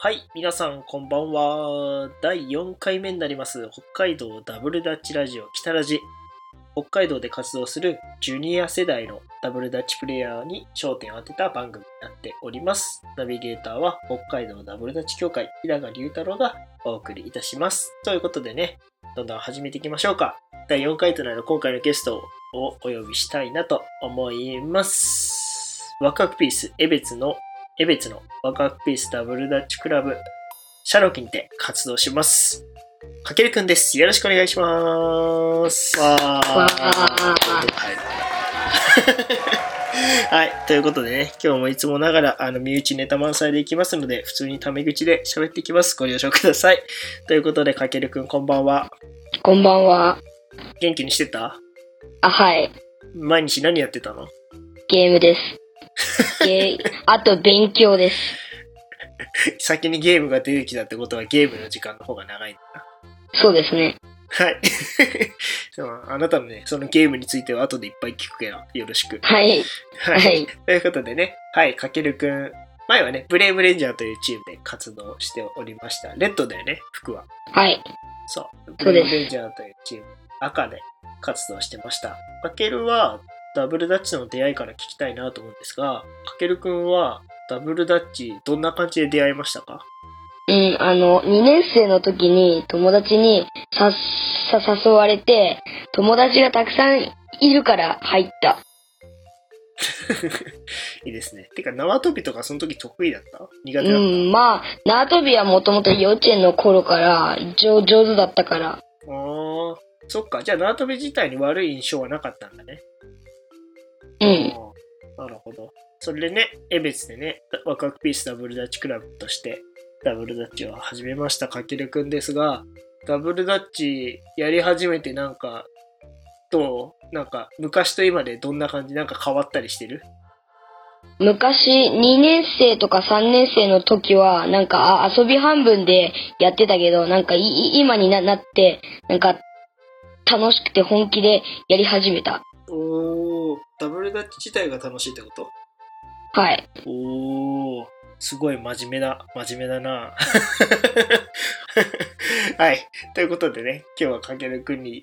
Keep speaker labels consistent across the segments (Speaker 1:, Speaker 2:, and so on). Speaker 1: はい、皆さんこんばんは。第4回目になります、北海道ダブルダッチラジオ北ラジ。北海道で活動するジュニア世代のダブルダッチプレイヤーに焦点を当てた番組になっております。ナビゲーターは北海道ダブルダッチ協会、平賀龍太郎がお送りいたします。ということでね、どんどん始めていきましょうか。第4回となる今回のゲストをお呼びしたいなと思います。ワクワクピース、エベツのエベツのワクワクピースダブルダッチクラブ、シャロキにて活動します。かけるくんです。よろしくお願いします。
Speaker 2: わ
Speaker 1: はい。ということでね、今日もいつもながら、あの、身内ネタ満載でいきますので、普通にタメ口で喋っていきます。ご了承ください。ということで、かけるくん、こんばんは。
Speaker 2: こんばんは。
Speaker 1: 元気にしてた
Speaker 2: あ、はい。
Speaker 1: 毎日何やってたの
Speaker 2: ゲームです。ゲー、あと勉強です。
Speaker 1: 先にゲームが出てきたってことは、ゲームの時間の方が長いんだな。
Speaker 2: そうですね。
Speaker 1: はい。 でもあなたのね、そのゲームについては後でいっぱい聞くから、よろしく。
Speaker 2: はい。
Speaker 1: は
Speaker 2: はい。
Speaker 1: ということでね、はい、かけるくん。前はね、ブレイブレンジャーというチームで活動しておりました。レッドだよね、服は。
Speaker 2: はい。
Speaker 1: そう。ブ
Speaker 2: そう
Speaker 1: レイ
Speaker 2: です
Speaker 1: ブレンジャーというチーム、赤で活動してました。かけるは、ダブルダッチの出会いから聞きたいなと思うんですが、かけるくんは、ダブルダッチ、どんな感じで出会いましたか
Speaker 2: うん、あの、2年生の時に友達にさ、さ、誘われて、友達がたくさんいるから入った。
Speaker 1: いいですね。てか、縄跳びとかその時得意だった苦
Speaker 2: う
Speaker 1: 手だった、
Speaker 2: ん、まあ、縄跳びはもともと幼稚園の頃から上上手だったから。
Speaker 1: ああ、そっか。じゃあ縄跳び自体に悪い印象はなかったんだね。
Speaker 2: うん。
Speaker 1: あーなるほど。それでね、エベツでね、ワクワクピースダブルダッチクラブとして、ダブルダッチを始めました、かけるくんですが、ダブルダッチやり始めてなんか、どうなんか、昔と今でどんな感じなんか変わったりしてる
Speaker 2: 昔、2年生とか3年生の時は、なんか、あ遊び半分でやってたけど、なんかい、い今にななって、なんか、楽しくて本気でやり始めた。
Speaker 1: おー、ダブルダッチ自体が楽しいってこと
Speaker 2: はい。
Speaker 1: おー、すごい真面目だ。真面目だな。 はい。ということでね、今日はかけるくんに、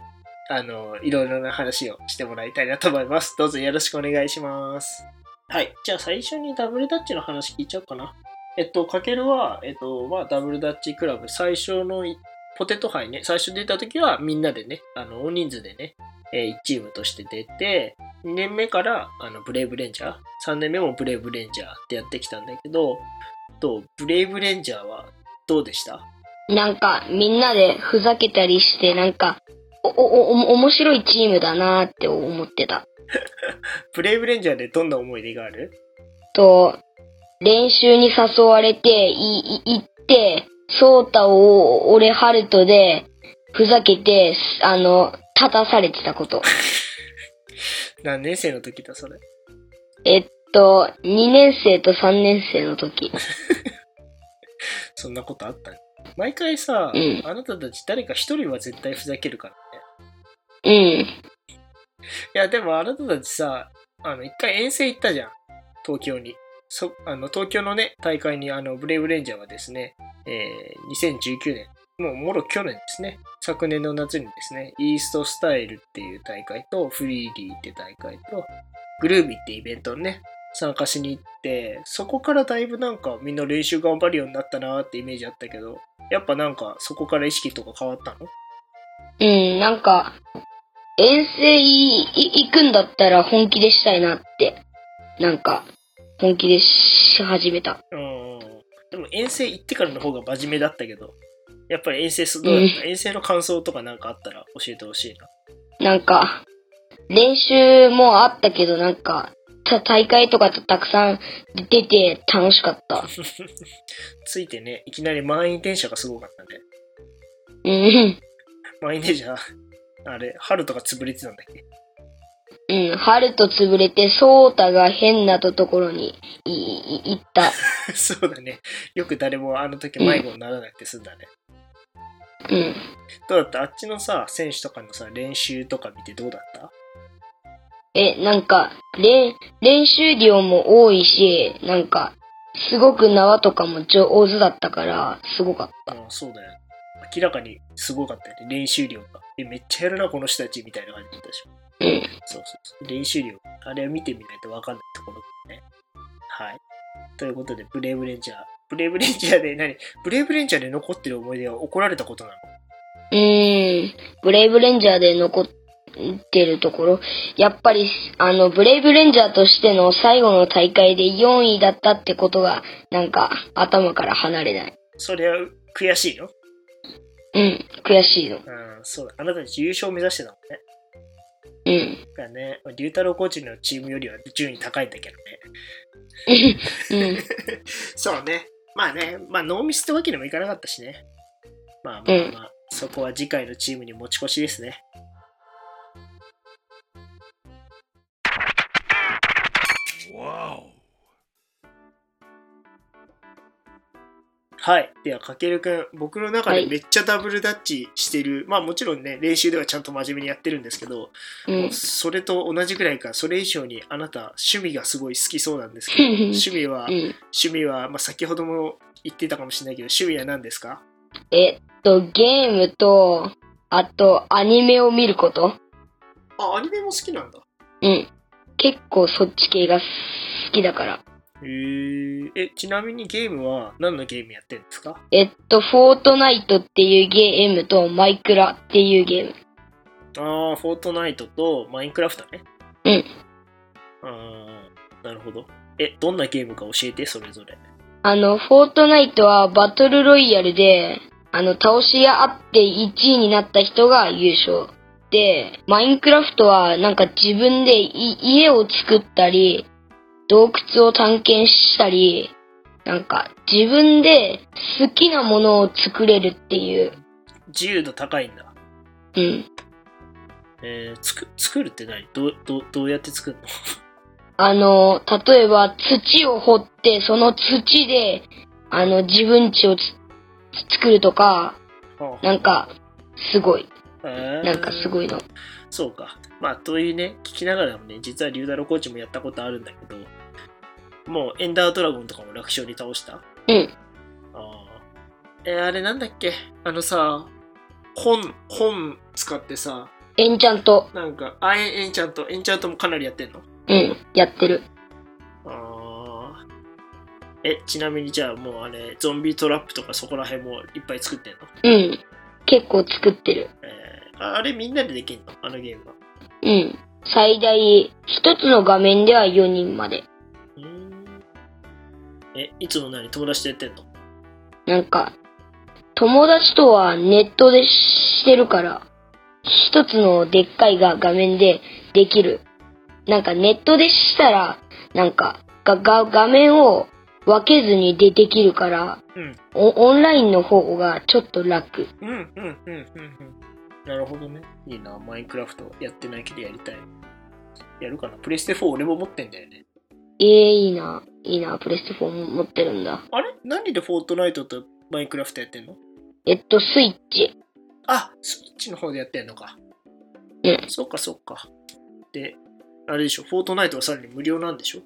Speaker 1: あの、いろいろな話をしてもらいたいなと思います。どうぞよろしくお願いします。はい。じゃあ最初にダブルダッチの話聞いちゃおうかな。えっと、かけるは、えっと、まあ、ダブルダッチクラブ最初のいポテト杯ね、最初出た時はみんなでね、あの、大人数でね、え1チームとして出て、2年目からあのブレイブレンジャー3年目もブレイブレンジャーってやってきたんだけどとブレイブレンジャーはどうでした
Speaker 2: なんか、みんなでふざけたりして、なんか、お、お、お、面白いチームだなって思ってた。
Speaker 1: ブレイブレンジャーでどんな思い出がある
Speaker 2: と、練習に誘われて、い、い、行って、ソータを、俺、ハルトで、ふざけて、すあの、立たされてたこと。
Speaker 1: 何年生の時だそれ
Speaker 2: えっと、2年生と3年生の時。
Speaker 1: そんなことあった毎回さ、
Speaker 2: うん
Speaker 1: あなたたち誰か一人は絶対ふざけるからね
Speaker 2: うん。
Speaker 1: いやでもあなたたちさあの一回遠征行ったじゃん東京にそあの東京のね大会にあのブレイブレンジャーはですね、えー2019年もうもろ去年ですね昨年の夏にですねイーストスタイルっていう大会とフリーリーって大会とグルービーってイベントにね参加しに行ってそこからだいぶなんかみんな練習頑張るようになったなーってイメージあったけどやっぱなんかそこから意識とか変わったの
Speaker 2: うん、なんか、遠征いい行くんだったら本気でしたいなって、なんか、本気でし始めた。
Speaker 1: うんでも遠征行ってからの方が真面目だったけど、やっぱり遠征すどうだった遠征の感想とかなんかあったら教えてほしいな。
Speaker 2: なんか、練習もあったけど、なんか、た大会とかとたくさん出て楽しかった。
Speaker 1: ついてね、いきなり満員電車がすごかったね。
Speaker 2: うん、
Speaker 1: 満員電車、 あれ、春とか潰れてたんだっけ
Speaker 2: うん、ハルト潰れて、ソータが変なとところにいい行った。
Speaker 1: そうだね。よく誰もあの時迷子にならなくて済んだね。
Speaker 2: うん。
Speaker 1: どうだったあっちのさ、選手とかのさ、練習とか見てどうだった
Speaker 2: え、なんか、れん練習量も多いし、なんか、すごく縄とかも上手だったから、すごかっ
Speaker 1: あそうだよ。明らかにすごかったよね。練習量が。え、めっちゃやるな、この人たちみたいな感じだったでしょ。
Speaker 2: た。うん。
Speaker 1: そうそうそう。練習量。あれは見てみないとわかんないところだね。はい。ということで、ブレイブレンジャー。ブレイブレンジャーで何ブレイブレンジャーで残ってる思い出は怒られたことなの
Speaker 2: うーん、ブレイブレンジャーで残ってるところ、やっぱり、あの、ブレイブレンジャーとしての最後の大会で4位だったってことが、なんか、頭から離れない。
Speaker 1: それは悔しいよ。
Speaker 2: うん、悔しいの。
Speaker 1: うん、そうだ。あなたたち優勝を目指してたもんね。
Speaker 2: うん。
Speaker 1: だからね、龍太郎コーチのチームよりは順位高いんだけどね。
Speaker 2: うん、
Speaker 1: そうね。まあね、まあ、ノーミスってわけにもいかなかったしね。まあまあまあ、そこは次回のチームに持ち越しですね。はい。では、かけるくん、僕の中でめっちゃダブルダッチしてる、まあもちろんね、練習ではちゃんと真面目にやってるんですけど、
Speaker 2: うん。
Speaker 1: それと同じぐらいか、それ以上にあなた、趣味がすごい好きそうなんですけど、趣味は
Speaker 2: う、ん、
Speaker 1: 趣味は、まあ、先ほども言ってたかもしれないけど趣味は何ですか
Speaker 2: えっと、ゲームと、あと、アニメを見ること。
Speaker 1: あアニメも好きなんだ
Speaker 2: うん。結構そっち系が好きだから。
Speaker 1: へーえちなみにゲームは何のゲームやってるんですか
Speaker 2: えっと、フォートナイトっていうゲームと、マイクラっていうゲーム。
Speaker 1: ああフォートナイトとマインクラフトね
Speaker 2: うん
Speaker 1: ああなるほどえどんなゲームか教えてそれぞれ
Speaker 2: あの、フォートナイトはバトルロイヤルで、あの、倒し合って1位になった人が優勝。で、マインクラフトはなんか自分でい家を作ったり、洞窟を探検したり、なんか自分で好きなものを作れるっていう。
Speaker 1: 自由度高いんだ
Speaker 2: うん。
Speaker 1: えー、つく作るって何どうどうどうやって作るの
Speaker 2: あの、例えば土を掘って、その土で、あの、自分家をつ作るとか、
Speaker 1: はあ
Speaker 2: なんか、すごい。
Speaker 1: えー
Speaker 2: なんかすごいの。
Speaker 1: そうか。まあ、というね、聞きながらもね、実は龍太郎コーチもやったことあるんだけど、もうエンダードラゴンとかも楽勝に倒した
Speaker 2: うん。
Speaker 1: あーえーあれなんだっけあのさ、本、本使ってさ、
Speaker 2: エンチャント。
Speaker 1: なんか、あ、エンエンチャント、エンチャントもかなりやってんの
Speaker 2: うん。やってる。
Speaker 1: あーえ、ちなみにじゃあもうあれ、ゾンビトラップとかそこら辺もいっぱい作ってんの
Speaker 2: うん。結構作ってる。
Speaker 1: えーああれみんなでできんのあのゲームは。
Speaker 2: うん。最大、一つの画面では4人まで。
Speaker 1: うーんえ、いつも何友達とやってんの
Speaker 2: なんか、友達とはネットでしてるから、一つのでっかいが画面でできる。なんかネットでしたら、なんか、が、が、画面を分けずにでできるから、
Speaker 1: うん
Speaker 2: おオンラインの方がちょっと楽。
Speaker 1: うんうんうんうんうん。なるほどね。いいな、マインクラフトやってないけどやりたい。やるかな。プレステ4俺も持ってんだよね。
Speaker 2: ええいいな。いいな。プレステ4も持ってるんだ。
Speaker 1: あれ何でフォートナイトとマインクラフトやってんの
Speaker 2: えっと、スイッチ。
Speaker 1: あ、スイッチの方でやってんのか。
Speaker 2: うん
Speaker 1: そっかそっか。で、あれでしょ、フォートナイトはさらに無料なんでしょ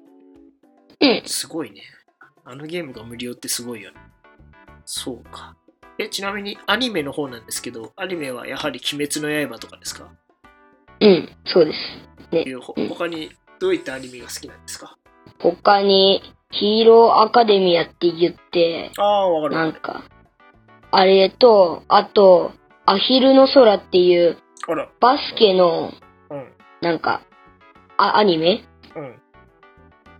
Speaker 2: うん
Speaker 1: すごいね。あのゲームが無料ってすごいよね。そうか。え、ちなみにアニメの方なんですけど、アニメはやはり鬼滅の刃とかですか
Speaker 2: うん、そうです。
Speaker 1: いうほ
Speaker 2: うん
Speaker 1: 他にどういったアニメが好きなんですか
Speaker 2: 他に、ヒーローアカデミアって言って、
Speaker 1: ああ、わか
Speaker 2: な
Speaker 1: る。
Speaker 2: んか、あれと、あと、アヒルの空っていう、
Speaker 1: あら、
Speaker 2: バスケの、
Speaker 1: うん、
Speaker 2: なんか、あ、アニメ
Speaker 1: うん。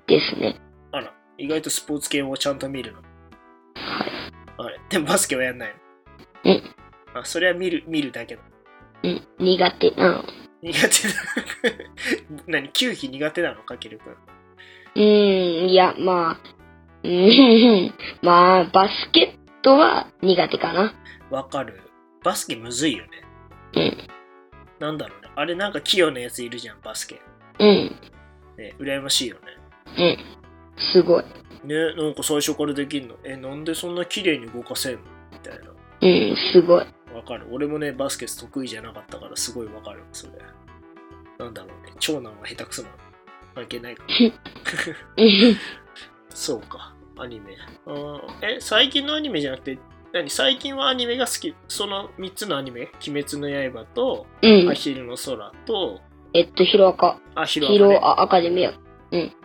Speaker 2: ですね。
Speaker 1: あら、意外とスポーツ系をちゃんと見るの。はい。でもバスケはやんないの。
Speaker 2: うん。
Speaker 1: あ、それは見る、見るだけだ。
Speaker 2: うん、苦手なの。
Speaker 1: 苦手だ。 何、球技苦手なのかけるくん。
Speaker 2: うーん、いや、まあ、うーん、 まあ、バスケットは苦手かな。
Speaker 1: わかる。バスケむずいよね。
Speaker 2: うん。
Speaker 1: なんだろうね。あれなんか器用なやついるじゃん、バスケ。
Speaker 2: うん、
Speaker 1: ね、羨ましいよね。
Speaker 2: うん、すごい。
Speaker 1: ね、なんか最初からできんの。え、なんでそんな綺麗に動かせんのみたいな。
Speaker 2: うん、すごい。
Speaker 1: わかる。俺もね、バスケ得意じゃなかったから、すごいわかる。それ。なんだろうね。長男は下手くそなの。関係ないか。
Speaker 2: うん
Speaker 1: そうか。アニメ。うんえ、最近のアニメじゃなくて、何最近はアニメが好き。その3つのアニメ、鬼滅の刃と、
Speaker 2: う
Speaker 1: ア
Speaker 2: ん。
Speaker 1: ヒルの空と、
Speaker 2: えっと、ヒロアカ。
Speaker 1: あ、ヒロアカ
Speaker 2: ヒ
Speaker 1: ね、
Speaker 2: ロアアカデミア。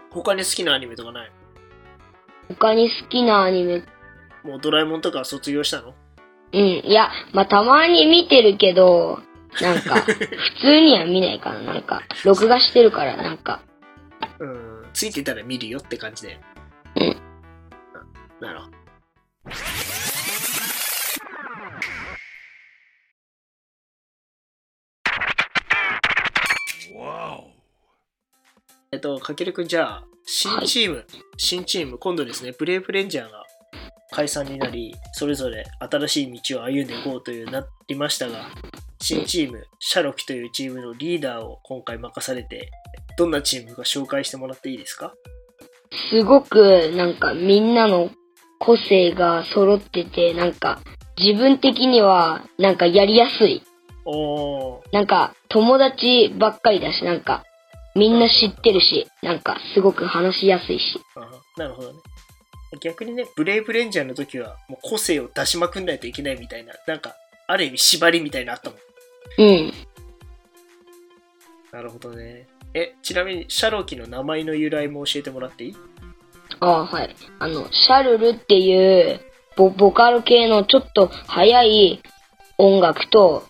Speaker 1: 他に好きなアニメとかない
Speaker 2: 他に好きなアニメ。
Speaker 1: もうドラえもんとか卒業したの
Speaker 2: うん。いや、まあ、たまに見てるけど、なんか、普通には見ないかな。なんか、録画してるから、なんか。
Speaker 1: うん、ついてたら見るよって感じで。
Speaker 2: うん
Speaker 1: な。なるほど。えっと、かけるくん、じゃあ、新チーム、新チーム、今度ですね、ブレイブレンジャーが解散になり、それぞれ新しい道を歩んでいこうというなりましたが、新チーム、シャロキというチームのリーダーを今回任されて、どんなチームか紹介してもらっていいですか
Speaker 2: すごく、なんか、みんなの個性が揃ってて、なんか、自分的には、なんか、やりやすい。
Speaker 1: おー、
Speaker 2: なんか、友達ばっかりだし、なんか、みんな知ってるし、なんか、すごく話しやすいし。
Speaker 1: あなるほどね。逆にね、ブレイブレンジャーの時は、もう個性を出しまくんないといけないみたいな、なんか、ある意味縛りみたいなのあったもん。
Speaker 2: うん。
Speaker 1: なるほどね。え、ちなみに、シャロキの名前の由来も教えてもらっていい
Speaker 2: ああ、はい。あの、シャルルっていうボ、ボカロ系のちょっと速い音楽と、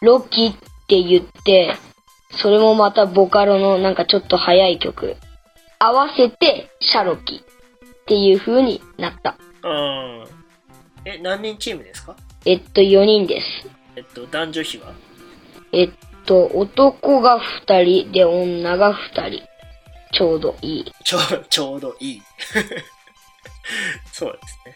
Speaker 2: ロキって言って、それもまたボカロのなんかちょっと速い曲。合わせて、シャロキっていう風になった。
Speaker 1: うん。え、何人チームですか
Speaker 2: えっと、4人です。
Speaker 1: えっと、男女比は
Speaker 2: えっと、男が2人で女が2人。ちょうどいい。
Speaker 1: ちょちょうどい い。そうですね。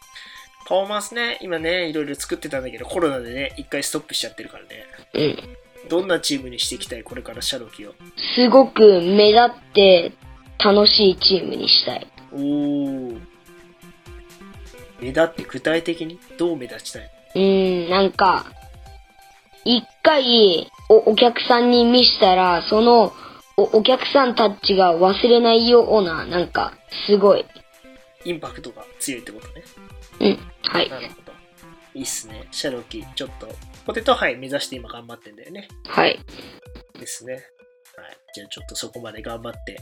Speaker 1: パフォーマンスね、今ね、いろいろ作ってたんだけど、コロナでね、一回ストップしちゃってるからね。
Speaker 2: うん。
Speaker 1: どんなチームにしていきたい、これからシャロキを。
Speaker 2: すごく目立って楽しいチームにしたい。
Speaker 1: おー。目立って具体的にどう目立ちたいう
Speaker 2: ーん、なんか、一回おお客さんに見したら、そのおお客さんたちが忘れないような、なんか、すごい。
Speaker 1: インパクトが強いってことね。
Speaker 2: うん、はい。
Speaker 1: なるほど。いいっすね。シャロキ、ちょっと、ポテトハイ目指して今頑張ってんだよね。
Speaker 2: はい。
Speaker 1: ですね。はい。じゃあちょっとそこまで頑張って、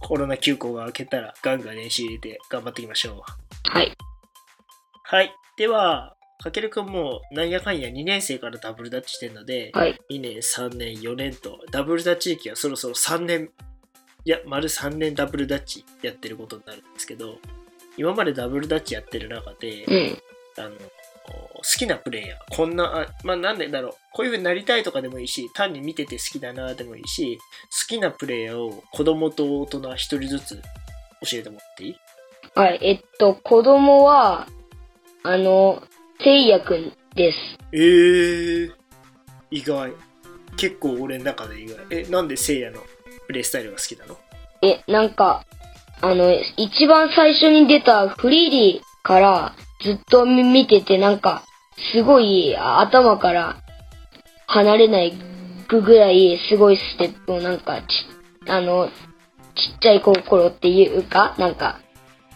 Speaker 1: コロナ休校が明けたらガンガン練習入れて頑張っていきましょう。
Speaker 2: はい。
Speaker 1: はい。では、かけるくんもなんやかんや2年生からダブルダッチしてるので、
Speaker 2: はい。
Speaker 1: 2年、3年、4年と、ダブルダッチ歴はそろそろ3年、いや、丸3年ダブルダッチやってることになるんですけど、今までダブルダッチやってる中で、
Speaker 2: うん。
Speaker 1: あの、好きなプレイヤー、こんな、あまあなんでだろう、こういう風になりたいとかでもいいし、単に見てて好きだなでもいいし、好きなプレイヤーを子供と大人一人ずつ教えてもらっていい
Speaker 2: はい。えっと、子供は、あの、せいやくんです。
Speaker 1: えー、意外。結構俺の中で意外。え、なんでせいやのプレイスタイルが好きなの
Speaker 2: え、なんか、あの、一番最初に出たフリーリーからずっと見見てて、なんか、すごいあ頭から離れないぐぐらい、すごいステップをなんか、ち、あの、ちっちゃい頃っていうか、なんか、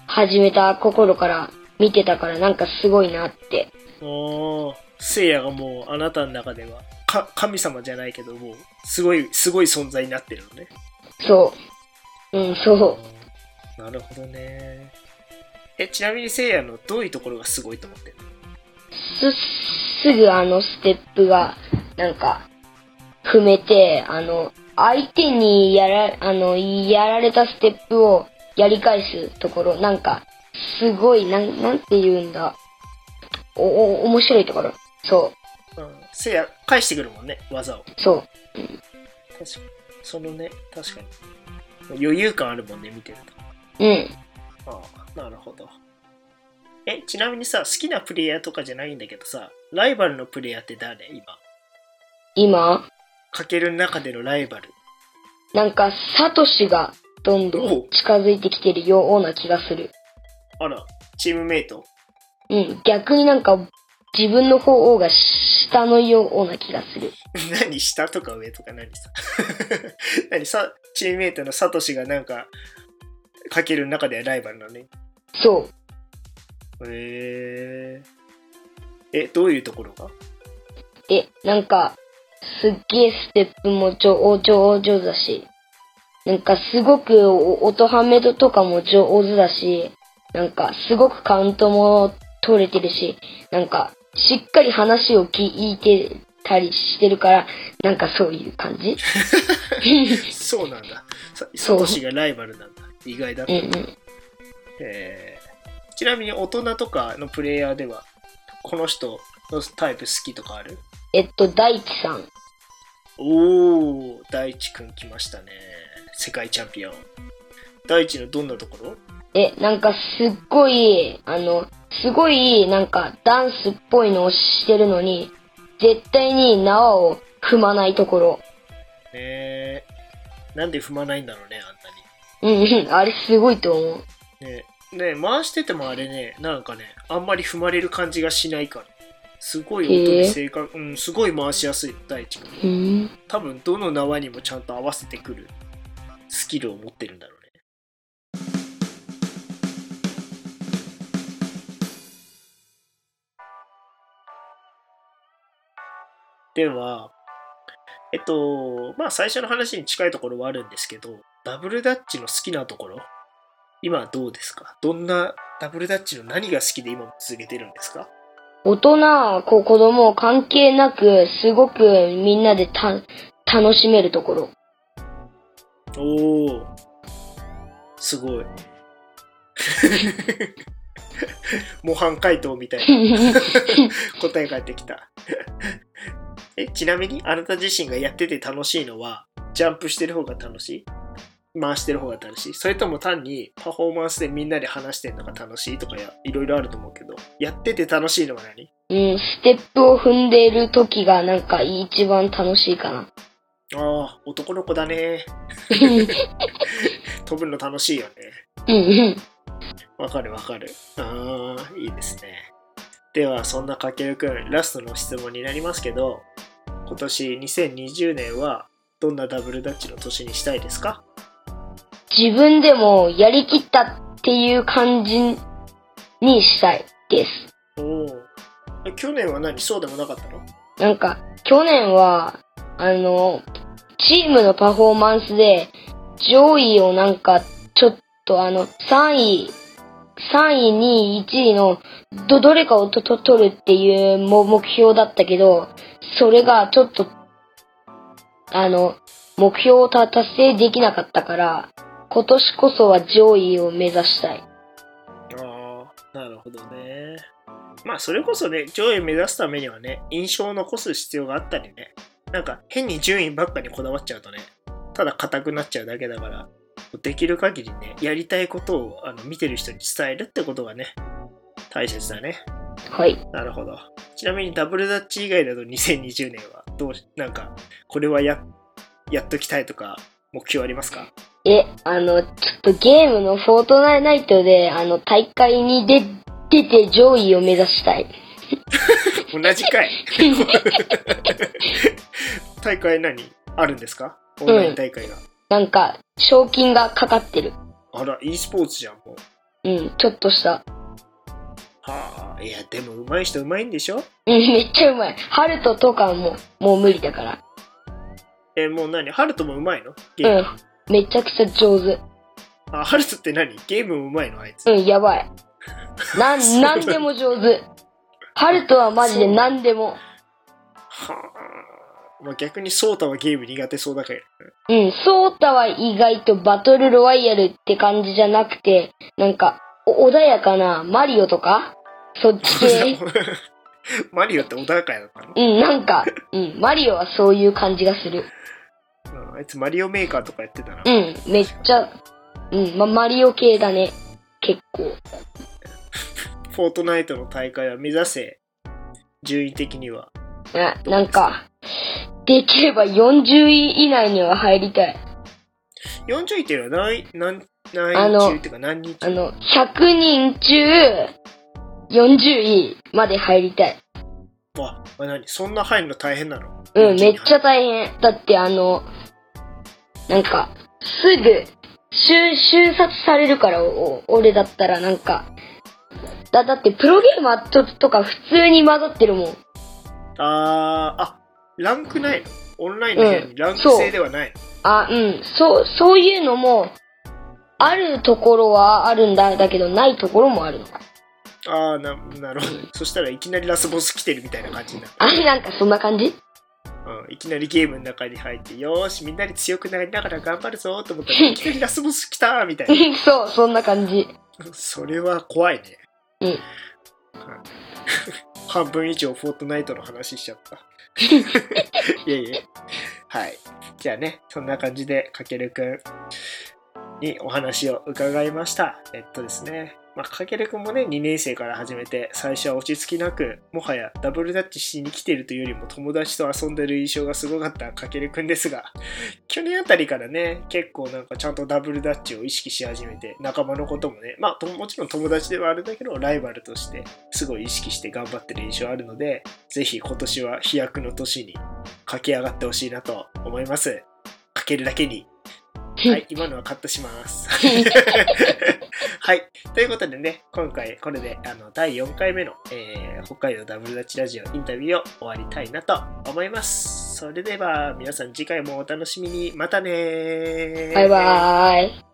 Speaker 2: 始めた心から見てたから、なんかすごいなって。
Speaker 1: おー、せいやがもうあなたの中では、か神様じゃないけど、もう、すごい、すごい存在になってるのね。
Speaker 2: そう。うん、そう。
Speaker 1: なるほどね。え、ちなみにせいやのどういうところがすごいと思ってるの
Speaker 2: す、すぐあのステップが、なんか、踏めて、あの、相手にやら、あの、やられたステップをやり返すところ、なんか、すごい、なん、なんて言うんだ。お、お、面白いところ。そ
Speaker 1: うん、せいや、返してくるもんね、技を。
Speaker 2: う、そう。
Speaker 1: 確かに。そのね、確かに。余裕感あるもんね、見てる
Speaker 2: うん。
Speaker 1: と。ああ、なるほど。え、ちなみにさ、好きなプレイヤーとかじゃないんだけどさ、ライバルのプレイヤーって誰今。
Speaker 2: 今、
Speaker 1: かける中でのライバル。
Speaker 2: なんか、サトシがどんどん近づいてきてるような気がする。
Speaker 1: あら、チームメイト。
Speaker 2: うん。逆になんか、自分の方が下のような気がする。
Speaker 1: 何下とか上とか何さ 何さチームメイトのサトシがなんかかける中ではライバルなのね
Speaker 2: そう。
Speaker 1: へえ。え、どういうところが
Speaker 2: え、なんか、すっげえステップもちょ、お上上手だし、なんかすごくお音はめとかも上手だし、なんかすごくカウントも取れてるし、なんかしっかり話を聞いてたりしてるから、なんかそういう感じ
Speaker 1: そうなんだ。さ
Speaker 2: そ
Speaker 1: サ
Speaker 2: う
Speaker 1: トシがライバルなんだ。意外だっ
Speaker 2: う
Speaker 1: た。
Speaker 2: んう
Speaker 1: へ
Speaker 2: ん。
Speaker 1: え。ちなみに大人とかのプレイヤーでは、この人のタイプ好きとかある
Speaker 2: えっと、大地さん。
Speaker 1: おお、大地くん来ましたね。世界チャンピオン。大地のどんなところ
Speaker 2: え、なんかすっごい、あの、すごい、なんかダンスっぽいのをしてるのに、絶対に縄を踏まないところ。
Speaker 1: ねえ。なんで踏まないんだろうね、あんなに。
Speaker 2: うんうん、あれすごいと思う。
Speaker 1: ねね回しててもあれねなんかねあんまり踏まれる感じがしないからすごい音に正確、うんすごい回しやすい大地君
Speaker 2: うん。
Speaker 1: 多分どの縄にもちゃんと合わせてくるスキルを持ってるんだろうねではえっとまあ最初の話に近いところはあるんですけどダブルダッチの好きなところ今どうですかどんなダブルダッチの何が好きで今も続けてるんですか
Speaker 2: 大人、こ子供関係なく、すごくみんなでた、楽しめるとこ ろ。
Speaker 1: おおすごい 模範解答みたいな 答え返ってきた えちなみにあなた自身がやってて楽しいのはジャンプしてる方が楽しい回してる方が楽しいそれとも単にパフォーマンスでみんなで話してるのが楽しいとかやいろいろあると思うけどやってて楽しいのは何
Speaker 2: うん、ステップを踏んでいる時がなんか一番楽しいか な。
Speaker 1: あー男の子だね飛ぶの楽しいよね
Speaker 2: うんうん。
Speaker 1: わかるわかる。ああ、いいですね。では、そんなかけるくん、ラストの質問になりますけど、今年2020年はどんなダブルダッチの年にしたいですか
Speaker 2: 自分でもやりきったっていう感じにしたいです。
Speaker 1: おお。え去年は何そうでもなかったの
Speaker 2: なんか、去年は、あの、チームのパフォーマンスで、上位をなんか、ちょっとあの、3位、3位、2位、1位の、ど、どれかをと、と、取るっていうも目標だったけど、それがちょっと、あの、目標をた達成できなかったから、今年こそは上位を目指したい。
Speaker 1: ああ、なるほどね。まあ、それこそね、上位目指すためにはね、印象を残す必要があったりね。なんか、変に順位ばっかにこだわっちゃうとね、ただ硬くなっちゃうだけだから、できる限りね、やりたいことをあの見てる人に伝えるってことがね、大切だね。
Speaker 2: はい。
Speaker 1: なるほど。ちなみにダブルダッチ以外だと2020年は、どうし、なんか、これはや、やっときたいとか、目標ありますか
Speaker 2: え、あの、ちょっとゲームのフォートナイトで、あの、大会に出、出て上位を目指した い。
Speaker 1: 同じかい大会何あるんですかオンライン大会が、
Speaker 2: なんか、賞金がかかってる。
Speaker 1: あら e スポーツじゃんもう
Speaker 2: うん、ちょっとした。
Speaker 1: はあいやでも上手い人上手いんでしょ
Speaker 2: うん、めっちゃうまい。ハルトとかも、もう無理だから。
Speaker 1: えもう何ハルトも上手いのゲーム、
Speaker 2: うん、めちゃくちゃ上手。
Speaker 1: あハルトって何ゲームも上手いのあいつ、
Speaker 2: うん、やばい。な、
Speaker 1: そうんな
Speaker 2: なんんでも上手。ハルトはマジで何でも。
Speaker 1: はあ、まあ、逆にソータはゲーム苦手そうだけど
Speaker 2: うん、ソータは意外とバトルロワイヤルって感じじゃなくて、なんか、お穏やかなマリオとかそっち系。
Speaker 1: マリオって穏やかやだったの、
Speaker 2: うん、なんか、うん、マリオはそういう感じがする。
Speaker 1: うんあいつマリオメーカーとかやってたな、
Speaker 2: うん、めっちゃ、うん、ま、マリオ系だね。結構。
Speaker 1: フォートナイトの大会は目指せ順位的には
Speaker 2: な、なんか、できれば40位以内には入りたい。
Speaker 1: 40位っていうのは何何
Speaker 2: あ
Speaker 1: 何
Speaker 2: の
Speaker 1: 日中っていうか何日
Speaker 2: あの、100人中、40位まで入りたい。
Speaker 1: あ、あ何そんな入るの大変なの
Speaker 2: うん、めっち
Speaker 1: ゃ。
Speaker 2: ゃ大変。だってあの、なんか、すぐ、就、就殺されるから、おお俺だったらなんか、だ、だってプロゲーマーととか普通に混ざってるもん。
Speaker 1: あー、あ、ランクないのオンラインの部屋にランク制ではないの、
Speaker 2: あ、うん。そう、そういうのも、あるところはあるんだ、だけどないところもあるのか。
Speaker 1: あーな、なるほど。そしたらいきなりラスボス来てるみたいな感じになる。
Speaker 2: あ、なんかそんな感じ
Speaker 1: うん、いきなりゲームの中に入って、よーし、みんなに強くなりながら頑張るぞと思ったら、いきなりラスボス来たーみたいな。
Speaker 2: そう、そんな感じ。
Speaker 1: それは怖いね。
Speaker 2: うん
Speaker 1: はい 半分以上フォートナイトの話しちゃ った。いえいえ。はい。じゃあね、そんな感じで、かけるくんにお話を伺いました。えっとですね、まあ、かけるくんもね、2年生から始めて、最初は落ち着きなく、もはやダブルダッチしに来てるというよりも友達と遊んでる印象がすごかったかけるくんですが、去年あたりからね結構なんかちゃんとダブルダッチを意識し始めて仲間のこともねまあともちろん友達ではあるんだけどライバルとしてすごい意識して頑張ってる印象あるのでぜひ今年は飛躍の年に駆け上がってほしいなと思いますかけるだけにはい、今のはカットします。はい、ということでね、今回これであの第4回目の、えー北海道ダブルダッチラジオインタビューを終わりたいなと思います。それでは皆さん次回もお楽しみに。またねー
Speaker 2: バイバーイ。